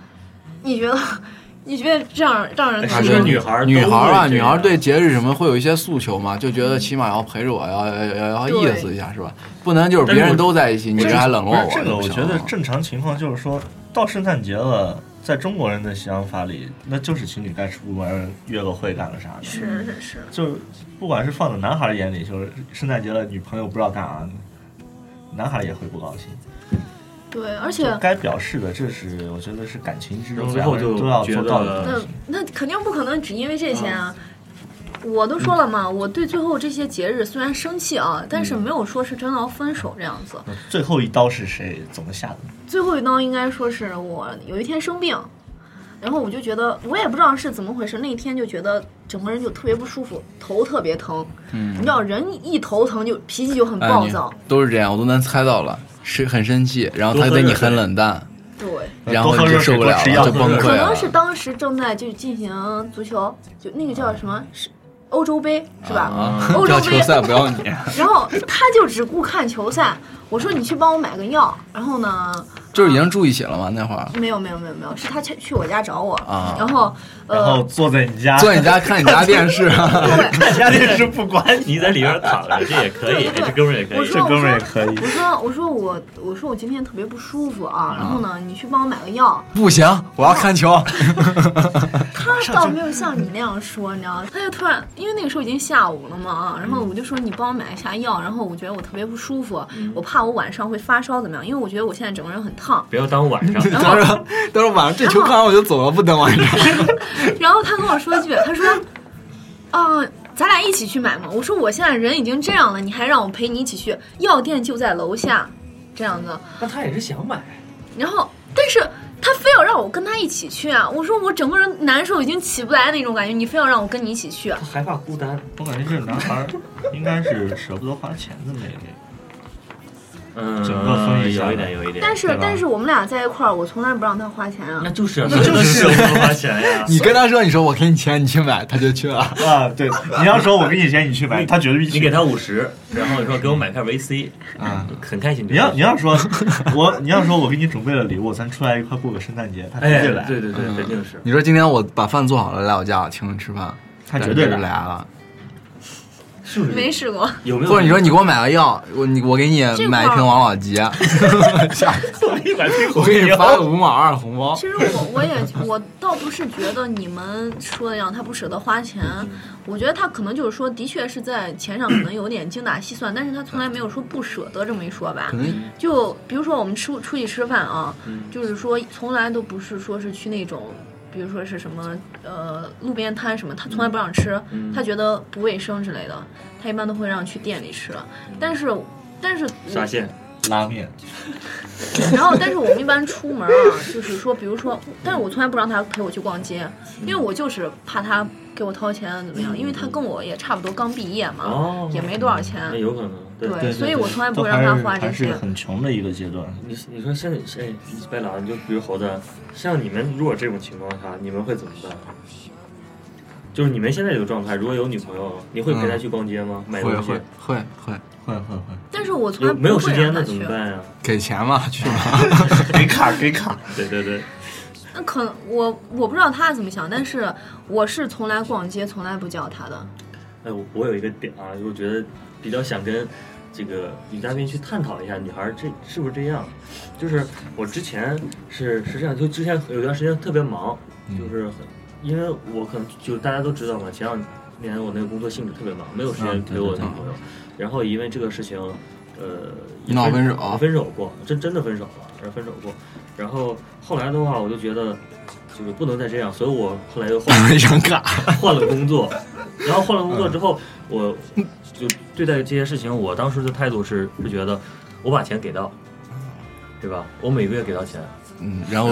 S11: 你觉得 你觉得这样让人
S10: 哎
S11: 太
S10: 是
S6: 说
S10: 女孩儿
S6: 女孩儿啊，
S10: 都会这样
S6: 女孩儿对节日什么会有一些诉求嘛，就觉得起码要陪着我，要要要要
S11: 对
S6: 意思一下是吧？不能就是别人都在一起，你
S3: 这
S6: 这还冷落哦我，
S3: 不是这个我
S6: 就不
S3: 觉
S6: 行
S3: 得
S6: 了
S3: 正常情况就是说到圣诞节了，在中国人的想法里，那就是情侣该出门约个会干个啥的，
S11: 是是是，
S3: 就是不管是放在男孩眼里，就是圣诞节了，女朋友不知道干啥，男孩也会不高兴。
S11: 对，而且
S10: 嗯
S3: 该表示的，这是我觉得是感情之中
S10: 最后
S3: 两个人
S10: 就
S3: 都要
S10: 觉
S3: 做到
S10: 得
S3: 的东
S11: 那
S3: 西。
S11: 那肯定不可能只因为这些啊。我都
S10: 嗯
S11: 说了嘛，我对最后这些节日虽然生气啊，但是没有说是真的要分手这样子。
S3: 那最后一刀是谁？怎么下的？
S11: 最后一刀应该说是我有一天生病，然后我就觉得我也不知道是怎么回事，那一天就觉得整个人就特别不舒服，头特别疼。嗯，你知道人一头疼就脾气就很
S6: 哎
S11: 暴
S6: 你
S11: 躁，
S6: 都是这样，我都能猜到了，是很生气，然后他对你很冷淡，
S11: 对。
S6: 然后你就受不了了，
S3: 多喝热水
S6: 就崩溃
S11: 可能
S6: 了。
S11: 是当时正在就进行足球，就那个叫什么是欧洲杯是吧？
S6: 啊
S11: 欧洲
S6: 要
S11: 杯
S6: 球，赛不要你，
S11: 然后他就只顾看球赛。我说你去帮我买个药，然后呢，
S6: 就是已经住一起了嘛，那会儿
S11: 没有没有没有没有，是他去去我家找我，
S6: 啊
S11: 然后
S3: 然后
S11: 呃，
S3: 坐在你家，
S6: 坐你家看你家电视，啊
S11: 对，
S3: 看家电视不管你，
S10: 哎你在里边躺着，这也可以，哎
S11: 对对
S10: 这哥们儿也可
S11: 我
S10: 以。
S11: 说
S3: 哎这哥们儿也可以
S11: 我。说我说我我说我今天特别不舒服啊，然后呢，你去帮我买个药。
S6: 不行，我要看 球。
S11: 他倒没有像你那样说，你知道吗？他就突然，因为那个时候已经下午了嘛啊，然
S3: 嗯
S11: 后我就说你帮我买一下药，然后我觉得我特别不舒服，
S3: 嗯
S11: 我怕我晚上会发烧怎么样？因为我觉得我现在整个人很烫。
S10: 不要耽误晚上。
S6: 他说：“他说晚上这球看完我就走了，不等晚上。。
S11: 然后他跟我说一句，他说，嗯、咱俩一起去买嘛。我说我现在人已经这样了，你还让我陪你一起去？药店就在楼下，这样子。
S10: 那他也是想买，
S11: 然后，但是他非要让我跟他一起去啊！我说我整个人难受，已经起不来那种感觉，你非要让我跟你一起去、啊
S10: 他害怕孤单。
S3: 我感觉这个男孩儿应该是舍不得花钱的那一类。
S10: 嗯，
S3: 整个分一下
S10: 有一点，有一点。
S11: 但是
S3: 对吧
S11: 但是我们俩在一块儿，我从来不让他花钱啊
S10: 那。就是啊，那就是不花钱呀
S6: 你跟他说，你说我给你钱，你去买，他就去了。
S3: 啊，对，你要说我给你钱，你去买，他绝对
S10: 你给他五十，然后你说给我买片维 C，哎
S3: 啊。
S10: 很开心。
S3: 你要你要说，我 你要说我给你准备了礼物，咱出来一块过个圣诞节，他绝
S10: 哎，
S3: 对来，
S10: 对对对，肯定是。
S6: 嗯你说今天我把饭做好了，来我家请你吃饭，
S3: 他绝
S6: 绝
S3: 对
S6: 对来
S3: 来。
S6: 了。
S10: 是不是？
S11: 没试过，
S10: 有没有？
S6: 或者你说你给我买个药，我你我给你买一瓶王老吉，
S10: 我给你买瓶
S6: 我
S10: 红
S6: 给你
S10: 牛
S6: 发个五毛二红包
S11: 其。实我我也我倒不是觉得你们说的让他不舍得花钱，
S6: 嗯
S11: 我觉得他可能就是说，的确是在钱上可能有点精打细算，但是他从来没有说不舍得这么一说吧
S6: 可。能嗯
S11: 就比如说我们出出去吃饭啊，就是说从来都不是说是去那种。比如说是什么呃路边摊什么，他从来不让吃，
S6: 嗯
S11: 他觉得不卫生之类的，他一般都会让去店里吃。
S6: 嗯
S11: 但是但是
S10: 下线，
S3: 拉面，
S11: 然后，但是我们一般出门啊，就是说，比如说，但是我从来不让他陪我去逛街，因为我就是怕他给我掏钱怎么样，因为他跟我也差不多刚毕业嘛
S6: 嗯
S10: 哦，
S11: 也没多少钱
S10: 那。有可能。对
S11: 对
S3: 对，
S11: 所以
S3: 对
S11: 我从来不
S3: 都
S11: 让
S3: 还
S11: 他
S3: 是
S11: 花这
S3: 还是
S11: 些
S3: 很穷的一个阶段。
S10: 你你说现在哎，白狼，你就比如猴子，像你们如果这种情况下，你们会怎么办？就是你们现在这个状态，如果有女朋友，你会陪她去逛街吗？买
S6: 会
S10: 东
S6: 嗯
S10: 西
S6: 会会会
S3: 会会会，
S11: 但是我从来
S10: 有
S11: 不
S10: 没有时
S11: 会
S10: 间
S11: 让
S10: 那
S11: 他
S10: 怎
S11: 去
S10: 么。办啊呀？
S6: 给钱嘛去嘛。
S3: 给卡给卡，
S10: 对对对，
S11: 那可能我我不知道他怎么想，但是我是从来逛街从来不叫他的。
S10: 哎，我我有一个点啊，就我觉得比较想跟这个女嘉宾去探讨一下，女孩儿这是不是这样？就是我之前是是这样，就之前有一段时间特别忙，
S6: 嗯
S10: 就是很，因为我可能就大家都知道嘛，前两年我那个工作性质特别忙，没有时间
S6: 嗯
S10: 陪我
S6: 对对
S10: 女朋友，然后因为这个事情，呃，也
S6: 闹分手
S10: 也分手过，真真的分手了，然后分手过，然后后来的话，我就觉得。就是不能再这样，所以我后来又换 了
S6: 一张卡，
S10: 换了工作，然后换了工作之后，我就对待这些事情，我当时的态度是是觉得，我把钱给到，对吧？我每个月给到钱
S6: 嗯，然后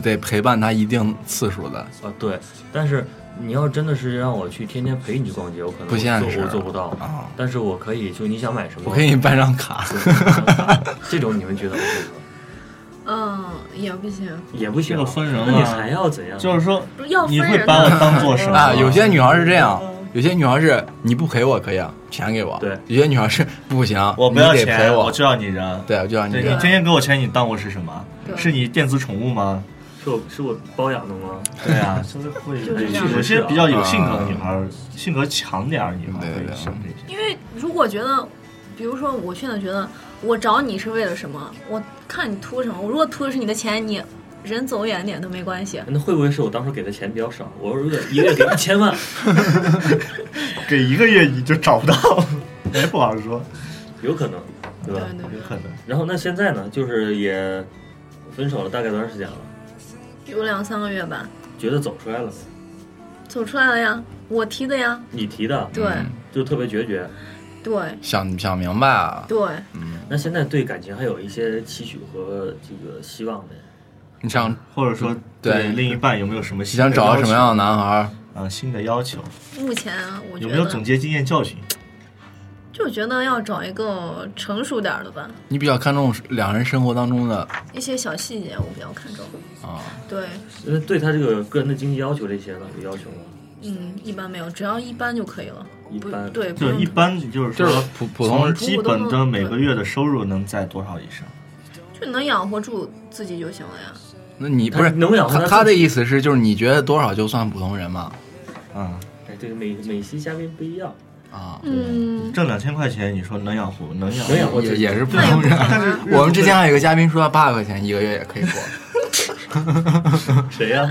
S6: 得陪伴他一定次数的，
S10: 啊，对。但是你要真的是让我去天天陪你去逛街，我可能
S6: 不现
S10: 我
S6: 实
S10: 做我做不到。
S6: 啊。
S10: 但是我可以，就你想买什么，
S6: 我给你办张 卡，
S10: 对。 这种你们觉得 OK 吗？
S11: 嗯，也不行，
S10: 也不行，
S3: 这个分人了啊
S10: 那你还要怎样？
S3: 就是说
S11: 不是要分
S3: 你会
S11: 人
S3: 把我
S11: 的。
S3: 当做什么？
S6: 啊，有些女孩是这样，有些女孩是你不陪我可以啊，钱给我。
S10: 对
S6: 有些女孩是不行，
S3: 我不要
S6: 你得陪
S3: 钱，
S6: 我
S3: 我。就要你人。啊
S6: 对，我就让你
S3: 对你
S6: 这样
S3: 天天给我钱，你当我是什么？
S11: 啊对
S3: 是你电子宠物吗？
S10: 是我是我包养的吗？哎
S3: 对啊，就是会
S11: 就是这样
S3: 啊有
S10: 啊
S3: 些比较有性格的女孩儿，性格强点儿的女孩儿
S6: 啊对对
S3: 会
S6: 对
S3: 想这些。
S11: 因为如果觉得，比如说我现在觉得我找你是为了什么，我看你图什么，我如果图的是你的钱，你人走远点都没关系。
S10: 那会不会是我当时给的钱比较少？我如果一个月给一千万，
S3: 给一个月你就找不到，哎，不好说，
S10: 有可能，对吧？
S11: 对对
S3: 有可能。
S10: 然后那现在呢，就是也分手了大概多长时间了？
S11: 对，有两三个月吧，
S10: 觉得走出来了，
S11: 走出来了呀，我提的呀，
S10: 你提的，
S11: 对、
S3: 嗯
S10: 就特别决绝。
S11: 对
S6: 想想明白啊，
S11: 对，
S10: 那现在对感情还有一些期许和这个希望没？
S6: 你想
S3: 或者说
S6: 对
S3: 另一半有没有什么
S6: 你
S3: 新的
S6: 想找
S3: 要
S6: 个什么
S3: 求
S6: 样的男孩儿？
S3: 啊新的要求？
S11: 目前啊我觉
S3: 有
S11: 得
S3: 没有总结经验教训？
S11: 就觉得要找一个成熟点儿的吧，
S6: 你比较看重两人生活当中的
S11: 一些小细节我比较看重。
S6: 啊，
S11: 对，
S10: 那对他这个个人的经济要求这些呢，有要求吗？
S11: 嗯，一般没有，只要一般就可以了。
S10: 一
S11: 不
S10: 般
S11: 对，不
S3: 就是
S11: 用
S3: 一般就是
S6: 就是
S3: 说
S6: 普普通
S3: 从
S6: 人
S3: 基本的每个月的收入能在多少以上？
S11: 就能养活住自己就行了呀。
S6: 那你不是
S10: 他能养活
S6: 他
S10: 他
S6: 他
S10: 自
S6: 的
S10: 己
S6: 意思是就是你觉得多少就算普通人嘛？
S3: 啊，
S10: 哎，对每每期嘉宾不一样，
S6: 啊，
S11: 嗯，
S3: 挣两千块钱，你说能养活能养
S10: 能养活
S6: 也也是普
S11: 那也
S6: 通
S11: 不
S6: 人。
S11: 可能。啊
S6: 我们之前还有一个嘉宾说八百块钱一个月也可以过，
S10: 谁呀、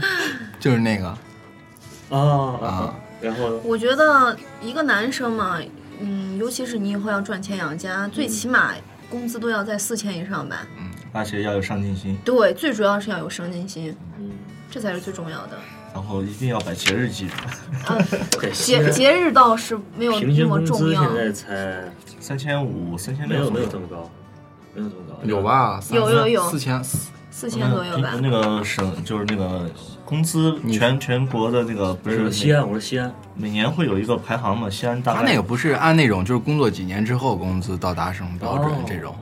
S6: 就是那个
S10: 啊？啊
S6: 啊
S10: 然后呢
S11: 我觉得一个男生嘛，嗯，尤其是你以后要赚钱养家，
S3: 嗯
S11: 最起码工资都要在四千以上吧。
S3: 而且要有上进心，
S11: 对，最主要是要有上进心，
S10: 嗯，
S11: 这才是最重要的。
S3: 然后一定要把节日记住，
S10: 对，现
S11: 节
S10: 在
S11: 节日倒是没有
S10: 平
S11: 那
S10: 均
S11: 么
S10: 工
S11: 重
S10: 资
S11: 要
S10: 现，在才
S3: 三千五、三千
S10: 没有
S3: 六
S10: 没有这么高，没有这么高，
S6: 有？吧？三
S11: 有有有
S6: 四千四，
S11: 四千左右吧。
S3: 那个省就是那个工资
S6: 你
S3: 全全国的那个不
S10: 不是
S3: 是
S10: 西安，我是西安，
S3: 每每年会有一个排行嘛？西安大
S6: 他
S3: 概
S6: 那个不是按那种就是工作几年之后工资到达什么标准
S10: 哦
S6: 这种，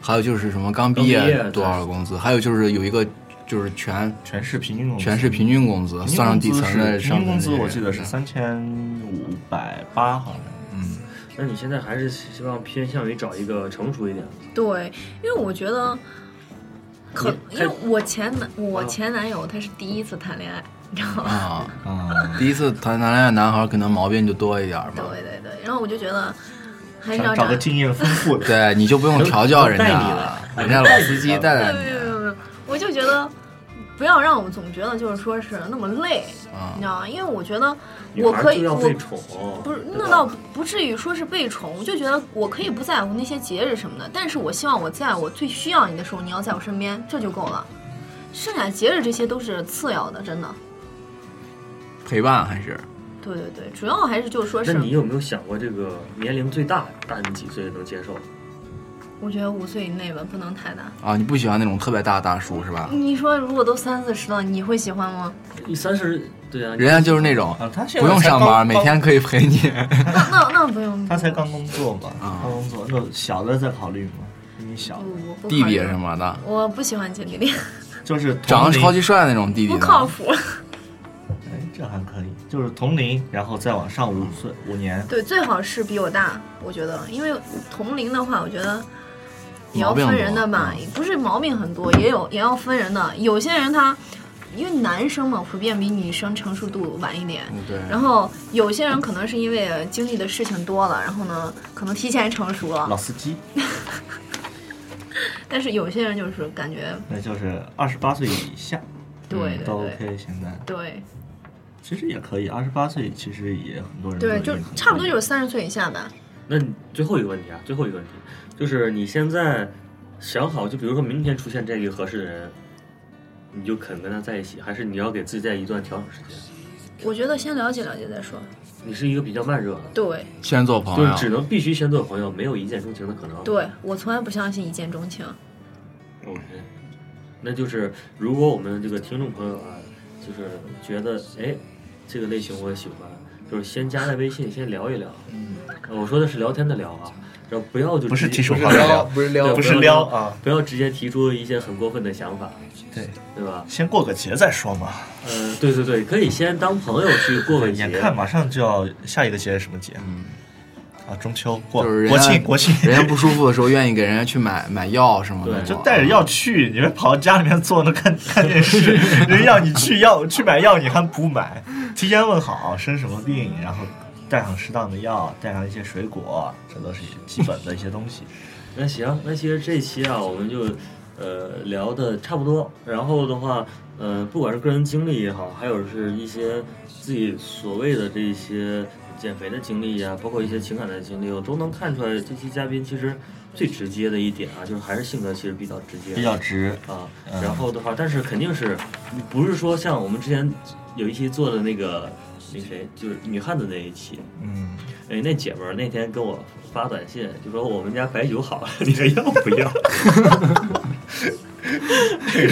S6: 还有就是什么刚毕
S10: 刚毕业
S6: 业多少工资，还有就是有一个就是全
S3: 全市平均工资，
S6: 全是平均工资，算上底层的
S3: 平
S6: 上
S3: 均工资
S6: 层的
S3: 我记得是
S6: 人
S3: 三千五百八，好像
S10: 那你现在还是希望偏向于找一个成熟一点的？
S11: 对，因为我觉得可，
S10: 你
S11: 因
S10: 还
S11: 为我前男我
S10: 啊
S11: 前男友他是第一次谈恋爱，你知道吗？
S6: 啊。
S3: 啊。
S6: 第一次谈谈恋爱，男孩可能毛病就多一点嘛。
S11: 对对对，然后我就觉得还是
S3: 想
S11: 要
S3: 找个经验丰富 的。
S6: 对，你就不用调教人家
S10: 带你了
S6: 人家老司机带带
S11: 没有没
S6: 你
S11: 有没有，我就觉得不要让我总觉得就是说是那么累，
S6: 啊
S11: 你知。道吗？因为我觉得
S10: 女
S11: 我
S10: 孩
S11: 可
S10: 就
S11: 以，
S10: 要
S11: 我
S10: 被宠，
S11: 不是
S10: 对
S11: 那
S10: 吧
S11: 倒不至于说是被宠，我就觉得我可以不在乎那些节日什么的，但是我希望我在我最需要你的时候，你要在我身边，这就够了。剩下节日这些都是次要的，真的。
S6: 陪伴还是
S11: 对对对，主要还是就是说
S10: 那
S11: 是，
S10: 你有没有想过，这个年龄最大大你几岁能接受？
S11: 我觉得五岁以内吧，不能太大。
S6: 啊，你不喜欢那种特别大的大叔是吧？
S11: 你说如果都三四十了，你会喜欢吗？
S10: 你三十，对啊，你
S6: 人家就是那种
S3: 啊，他现在
S6: 不用
S3: 才
S6: 上
S3: 刚
S6: 班，每天可以陪你。
S11: 那那那不用，
S3: 他才刚工作嘛，
S6: 啊
S3: 刚工作，那小的在考虑嘛，比你小
S11: 不，不不
S6: 弟弟
S11: 考虑
S6: 什么的，
S11: 我不喜欢姐弟恋，
S3: 就是同
S6: 长得
S3: 龄
S6: 超级帅那种弟弟
S11: 不
S6: 呢，
S11: 靠谱。
S3: 哎，这还可以，就是同龄，然后再往上五岁五年，
S11: 嗯对，最好是比我大，我觉得，因为同龄的话，我觉得也要
S6: 毛病
S11: 分人的
S6: 多嗯
S11: 吧，不是毛病很多，也有也要分人的。有些人他，因为男生嘛，普遍比女生成熟度晚一点。
S6: 嗯对，
S11: 然后有些人可能是因为经历的事情多了，然后呢，可能提前成熟
S3: 老
S11: 了。
S3: 司机，
S11: 但是有些人就是感觉，
S6: 嗯
S3: 那就是二十八岁以下嗯
S11: 对对
S3: 都
S11: 对
S3: OK。现在
S11: 对
S3: 其实也可以，二十八岁其实也很多人
S6: 嗯
S11: 对，
S3: 都
S11: 就
S3: 已经可以
S11: 差不多就是三十岁以下吧。
S10: 那你最后一个问题啊，最后一个问题就是你现在想好，就比如说明天出现这个合适的人，你就肯跟他在一起，还是你要给自己在一段调整时间？
S11: 我觉得先了解了解再说。
S10: 你是一个比较慢热的，
S11: 对
S6: 先做朋
S10: 就是只
S6: 友。
S10: 能必须先做朋友，没有一见钟情的可能。
S11: 对，我从来不相信一见钟情。
S10: ，OK。那就是如果我们这个听众朋友啊，就是觉得哎，这个类型我喜欢，就是先加在微信先聊一聊。嗯，我说的是聊天的聊啊，然后不要就
S3: 不是
S10: 直接
S3: 提手
S10: 不是
S3: 好好
S4: 撩
S3: 聊
S4: 不是撩，
S3: 不是撩啊，
S10: 不要直接提出一些很过分的想法，
S3: 对，
S10: 对吧？
S3: 先过个节再说嘛，
S10: 嗯，对对对，可以先当朋友去过个节
S3: 眼。看马上就要下一个节是什么节？啊，中秋
S6: 嗯
S3: 过
S6: 就是人
S3: 国
S6: 家
S3: 庆国庆，
S6: 人家不舒服的时候，愿意给人家去买买药什么的，
S10: 对
S3: 就带着药去，你们跑到家里面坐那看看电视，人要你去药去买药，你还不买，提前问好生什么病，然后带上适当的药，带上一些水果，这都是基本的一些东西。
S10: 那行，那其实这期啊，我们就呃聊的差不多。然后的话，呃，不管是个人经历也好，还有是一些自己所谓的这些减肥的经历呀、包括一些情感的经历，我都能看出来。这期嘉宾其实最直接的一点啊，就是还是性格其实比较直接，
S3: 比较直，
S10: 啊
S3: 嗯，
S10: 然后的话，但是肯定是不是说像我们之前有一期做的那个那谁，就是女汉子那一期，
S3: 嗯，
S10: 哎，那姐们儿那天跟我发短信，就说我们家白酒好了， 你还要不要？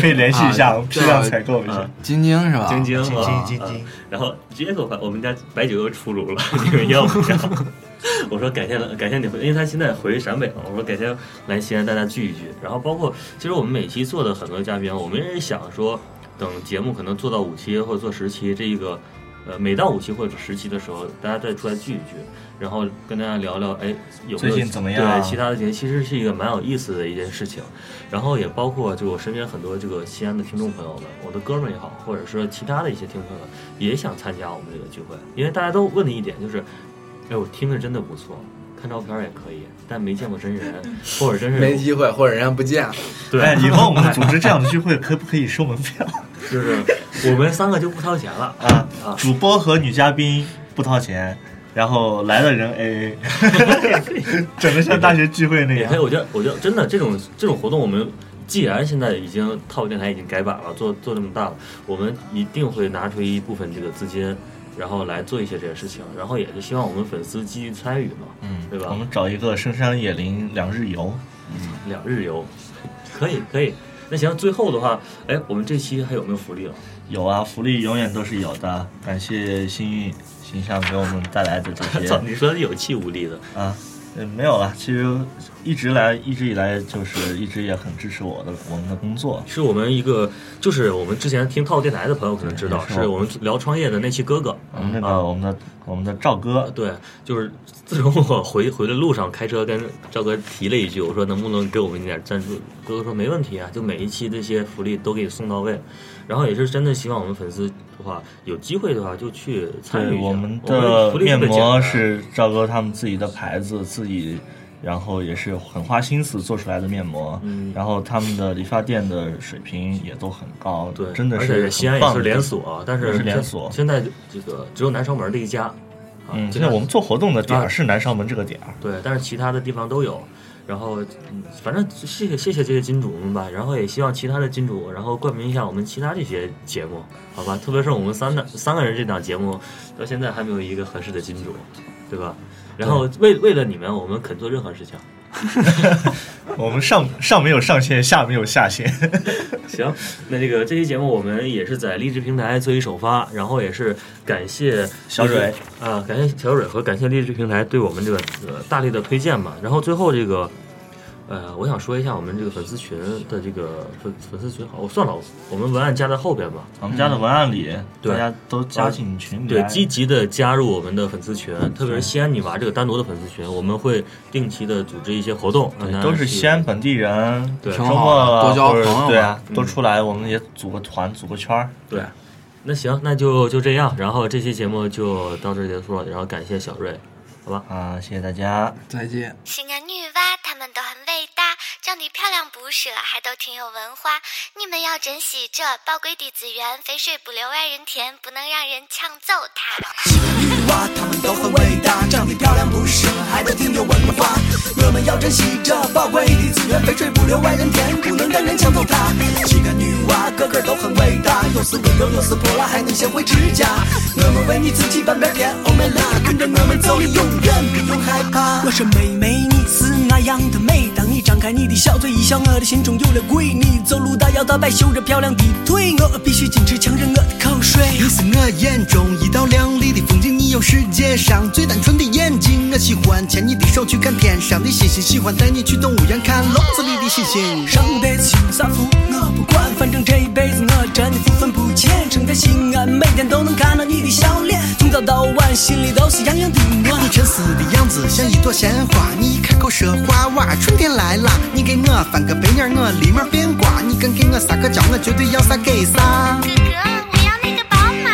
S3: 可以联系一下，
S6: 啊
S3: 我们批量采购一下
S10: 啊。
S6: 晶晶是吧？
S10: 晶晶
S3: 晶晶晶
S10: 啊
S3: 晶，
S10: 然后直接给我发，我们家白酒又出炉了， 你们要不要？我说改天了，改天你回，因为他现在回陕北了。我说改天来西安大家聚一聚。然后包括其实我们每期做的很多嘉宾，我们也想说，等节目可能做到五期或者做十期，这个呃每到五期或者十期的时候，大家再出来聚一聚，然后跟大家聊聊，哎，有没
S3: 最
S10: 有
S3: 近怎么样
S10: 对其他的节目其实是一个蛮有意思的一件事情。然后也包括就我身边很多这个西安的听众朋友们，我的哥们儿也好，或者说其他的一些听众朋友也想参加我们这个聚会，因为大家都问的一点就是，哎，我听着真的不错，看照片儿也可以，但没见过真人，或者真是
S6: 没机会，或者人家不见。
S10: 对，
S3: 哎，以后我们组织这样的聚会，可不可以收门票
S10: 就是我们三个就不掏钱了。
S3: 啊
S10: 啊？
S3: 主播和女嘉宾不掏钱，然后来的人 AA，整 的像大学聚会那
S10: 也可以，
S3: 样。
S10: 我觉得，我觉得真的这种这种活动，我们既然现在已经套电台已经改版了，做做这么大了，我们一定会拿出一部分这个资金，然后来做一些这些事情，然后也是希望我们粉丝积极参与嘛，
S3: 嗯，
S10: 对吧
S3: 我们找一个深山野林两日游，
S10: 两日游，可以可以。那行，最后的话，哎，我们这期还有没有福利了？
S3: 有啊，福利永远都是有的。感谢幸运形象给我们带来的这
S10: 操，
S3: 些
S10: 你说的有气无力的，
S3: 啊，嗯，没有了。其实一直来，一直以来就是一直也很支持我的我们的工作。
S10: 是我们一个，就是我们之前听套电台的朋友可能知道，
S3: 嗯
S10: 是我们聊创业的那期哥啊哥，
S3: 我们那个我们的我们的赵哥，
S10: 对，就是自从我回回的路上开车跟赵哥提了一句，我说能不能给我们一点赞助？哥哥说没问题啊，就每一期这些福利都给你送到位。然后也是真的希望我们粉丝的话，有机会的话就去参与
S3: 对
S10: 一下。
S3: 我
S10: 我
S3: 们
S10: 们
S3: 的
S10: 福利
S3: 面
S10: 特别简
S3: 膜
S10: 单
S3: 是赵哥他们自己的牌子，自己然后也是很花心思做出来的面膜。
S10: 嗯
S3: 然后他们的理发店的水平也都很高，
S10: 对，
S3: 真的
S10: 而
S3: 是
S10: 且西安
S3: 很
S10: 也
S3: 棒
S10: 是
S3: 的
S10: 连
S3: 地
S10: 锁，啊但是
S3: 也是连
S10: 现
S3: 锁
S10: 现在这个只有南双门这一家。啊
S3: 嗯，
S10: 其
S3: 现在
S10: 他
S3: 我们做活动的点
S10: 啊
S3: 儿是南商门这个点儿。
S10: 对，但是其他的地方都有。然后，嗯反正谢谢谢谢这些金主们吧，然后也希望其他的金主，然后冠名一下我们其他这些节目，好吧？特别是我们三的三个人这档节目，到现在还没有一个合适的金主，对吧？然后为为了你们，我们肯做任何事情。
S3: 我们上上没有上限，下没有下限。
S10: 行，那这个这期节目我们也是在励志平台做一首发，然后也是感谢
S3: 小蕊
S10: 啊、感谢小蕊和感谢励志平台对我们这个呃大力的推荐嘛。然后最后这个呃，我想说一下我们这个粉丝群的这个粉粉丝群好，我算了，我们文案加在后边吧。
S3: 我们家的文案里，
S10: 对
S3: 大家都加进群里
S10: 对
S3: 来，，
S10: 积极的加入我们的粉丝群，特别是西安女娃这个单独的粉丝群，我们会定期的组织一些活动，让
S3: 对
S10: 大家
S3: 都是
S10: 去
S3: 西安本地人，
S10: 对
S3: 周
S10: 挺
S6: 好
S3: 末
S6: 的
S3: 了
S6: 多交
S3: 或者
S6: 朋友
S3: 对啊，
S10: 嘛嗯
S3: 都出来，我们也组个团，组个圈儿。
S10: 对，那行，那就就这样，然后这期节目就到这儿结束了，然后感谢小瑞，好吧，
S3: 啊，谢谢大家。
S4: 再见。
S1: 西安啊女娃她们都很伟大，长得漂亮不舍，还都挺有文化。你们要珍惜这宝贵的资源，肥水不流外人田，不能让人抢走它。
S5: 女娃，她们都很伟大，长得漂亮不是，还都挺有文化。我们要珍惜这宝贵的资源，肥水不流外人田，不能让人抢走它。几个女娃个个都很伟大，有时温柔，有时泼辣，还能学会指甲。我们为你自己半边天，Oh my love，跟着我们走，你永远不用害怕。我说妹妹，你是那样的美，当你张开你的小嘴一笑，我的心中有了鬼。你走路大摇大摆，秀着漂亮的腿，我必须矜持强忍我的口水。你是我眼中一道亮丽的风景，你有世界上最单纯的眼睛。我喜欢牵你的手去看天上的星星，喜欢带你去动物园看笼子里的星星。上辈子修啥福我不管，反正这一辈子我真的不分不浅。生在西安，啊每天都能看到你的笑脸，从早到晚心里都是洋洋的暖。你沉思的样子像一朵鲜花，你一开口说话哇，春天来啦！你给我翻个白眼儿，我立马变卦。你敢给我撒个娇，我绝对要啥给啥。
S1: 哥哥，我要那个宝马。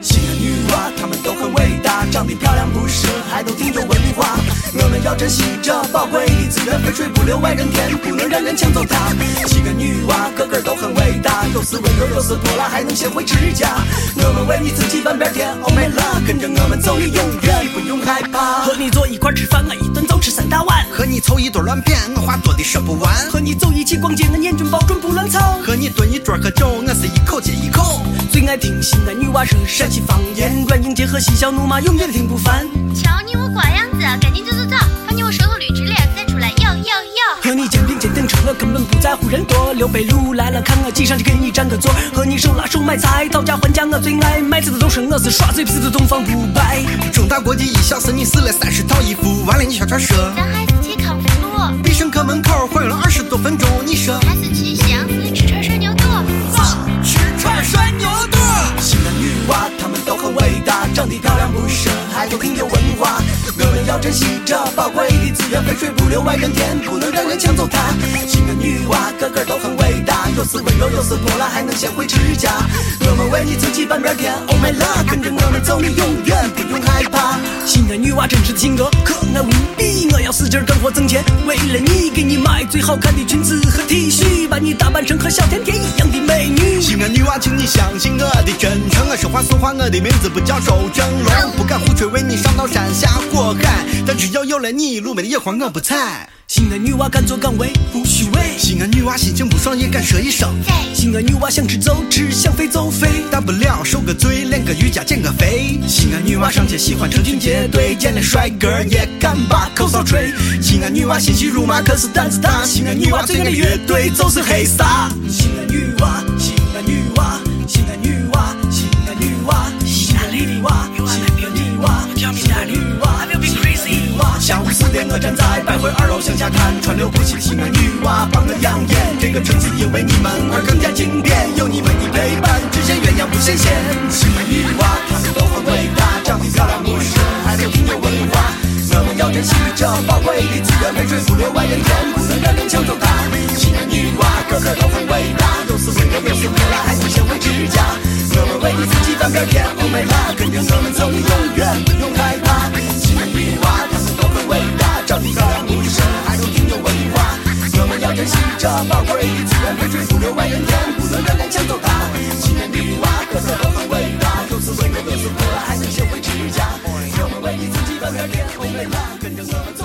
S5: 西安女娃，她们都很伟大，长得漂亮不是，还都挺有文化。我们要珍惜这宝贵的资源，肥水不流外人田，不能让人抢走它。西安女娃个个都很伟大，有时温柔，有时泼辣，还能学会指甲。我们为你自己半边天，Oh my love，跟着我们走，你永远不用害怕。和你坐一块吃饭，我一顿早吃三大碗。和你凑一堆乱编，我话多的说不完。和你走一起逛街，我眼睛保准不乱操。和你蹲一桌喝酒，我是一口接一口。最爱听西安女娃说陕西方言，软硬结合，嬉笑怒骂，永远听不烦。
S1: 瞧你我瓜样子，赶紧走走走，把你我舌头捋直了，再出来哟哟哟！
S5: 和你肩并肩等车，我根本不在乎人多。刘备路来了，看我挤上去给你占个座。和你手拉手买菜，讨价还价我最爱。卖菜的都说我是耍嘴皮子的东方不败。中大国际一小时你试了三十套衣服，完了你悄悄说，
S1: 咱还是去康复路，
S5: 必胜客门口晃悠了二十多分钟，你说。
S1: 还是去祥子吃串涮牛肚。
S5: 放吃串涮牛肚。西安女娃，她们都很伟大，长得漂亮不是，还都挺有文化。我们要珍惜这宝贵的资源，肥水不流外人田，不能让人抢走它。西安女娃个个都很伟大，有时温柔，有时泼辣，还能学会指甲。我们为你自己半边天，Oh my love，跟着我们走，你永远不用害怕。西安女娃真是性格可爱无比，啊我要使劲干活挣钱，为了你给你买最好看的裙子和 T 恤，把你打扮成和小甜甜一样的美女。西安女娃，请你相信我的真诚，啊我说话算话，我的名字不叫周正龙，不敢胡吹，为你上刀山下火海，但只要有了你，路边的野花我不采。西安女娃敢做敢为，不虚伪。西安女娃心情不爽也敢说一声。西安女娃想吃就吃，想飞就飞，大不了受个罪，练个瑜伽减个肥。西安女娃上街喜欢成群结队，见了帅哥也敢把口哨吹。西安女娃欣喜辱骂，可是胆子大。西安女娃最爱的乐队就是黑撒。西安女娃，西安女娃，西安女娃，西安女娃，西安女娃，西安女娃，西安女娃，西安女娃。下午四点我站。川流不息的西门女娲，榜样耀眼。这个城市因为你们而更加经典，有你为你陪伴，只羡鸳鸯不羡仙。西门女娲，她们都很伟大，长得漂亮不是，还得挺有文化。我们要珍惜这宝贵的资源，肥水不流外人田，不能让人抢走它。西南女娲个个都很伟大，有似温柔有似火辣，还有贤惠之家。我们为你自己翻篇天，欧美拉，跟着我们走，永远不用害怕。西南女娲，她们都很伟大，长得漂亮不是，还都挺有文化。我们要珍惜这宝贵的资源，肥水不流外人田，不能让人抢走它。西南女娲个个都很伟大，有似温柔有似火辣，还有贤惠之家。我们为你自己翻篇天，欧美拉，跟着我们。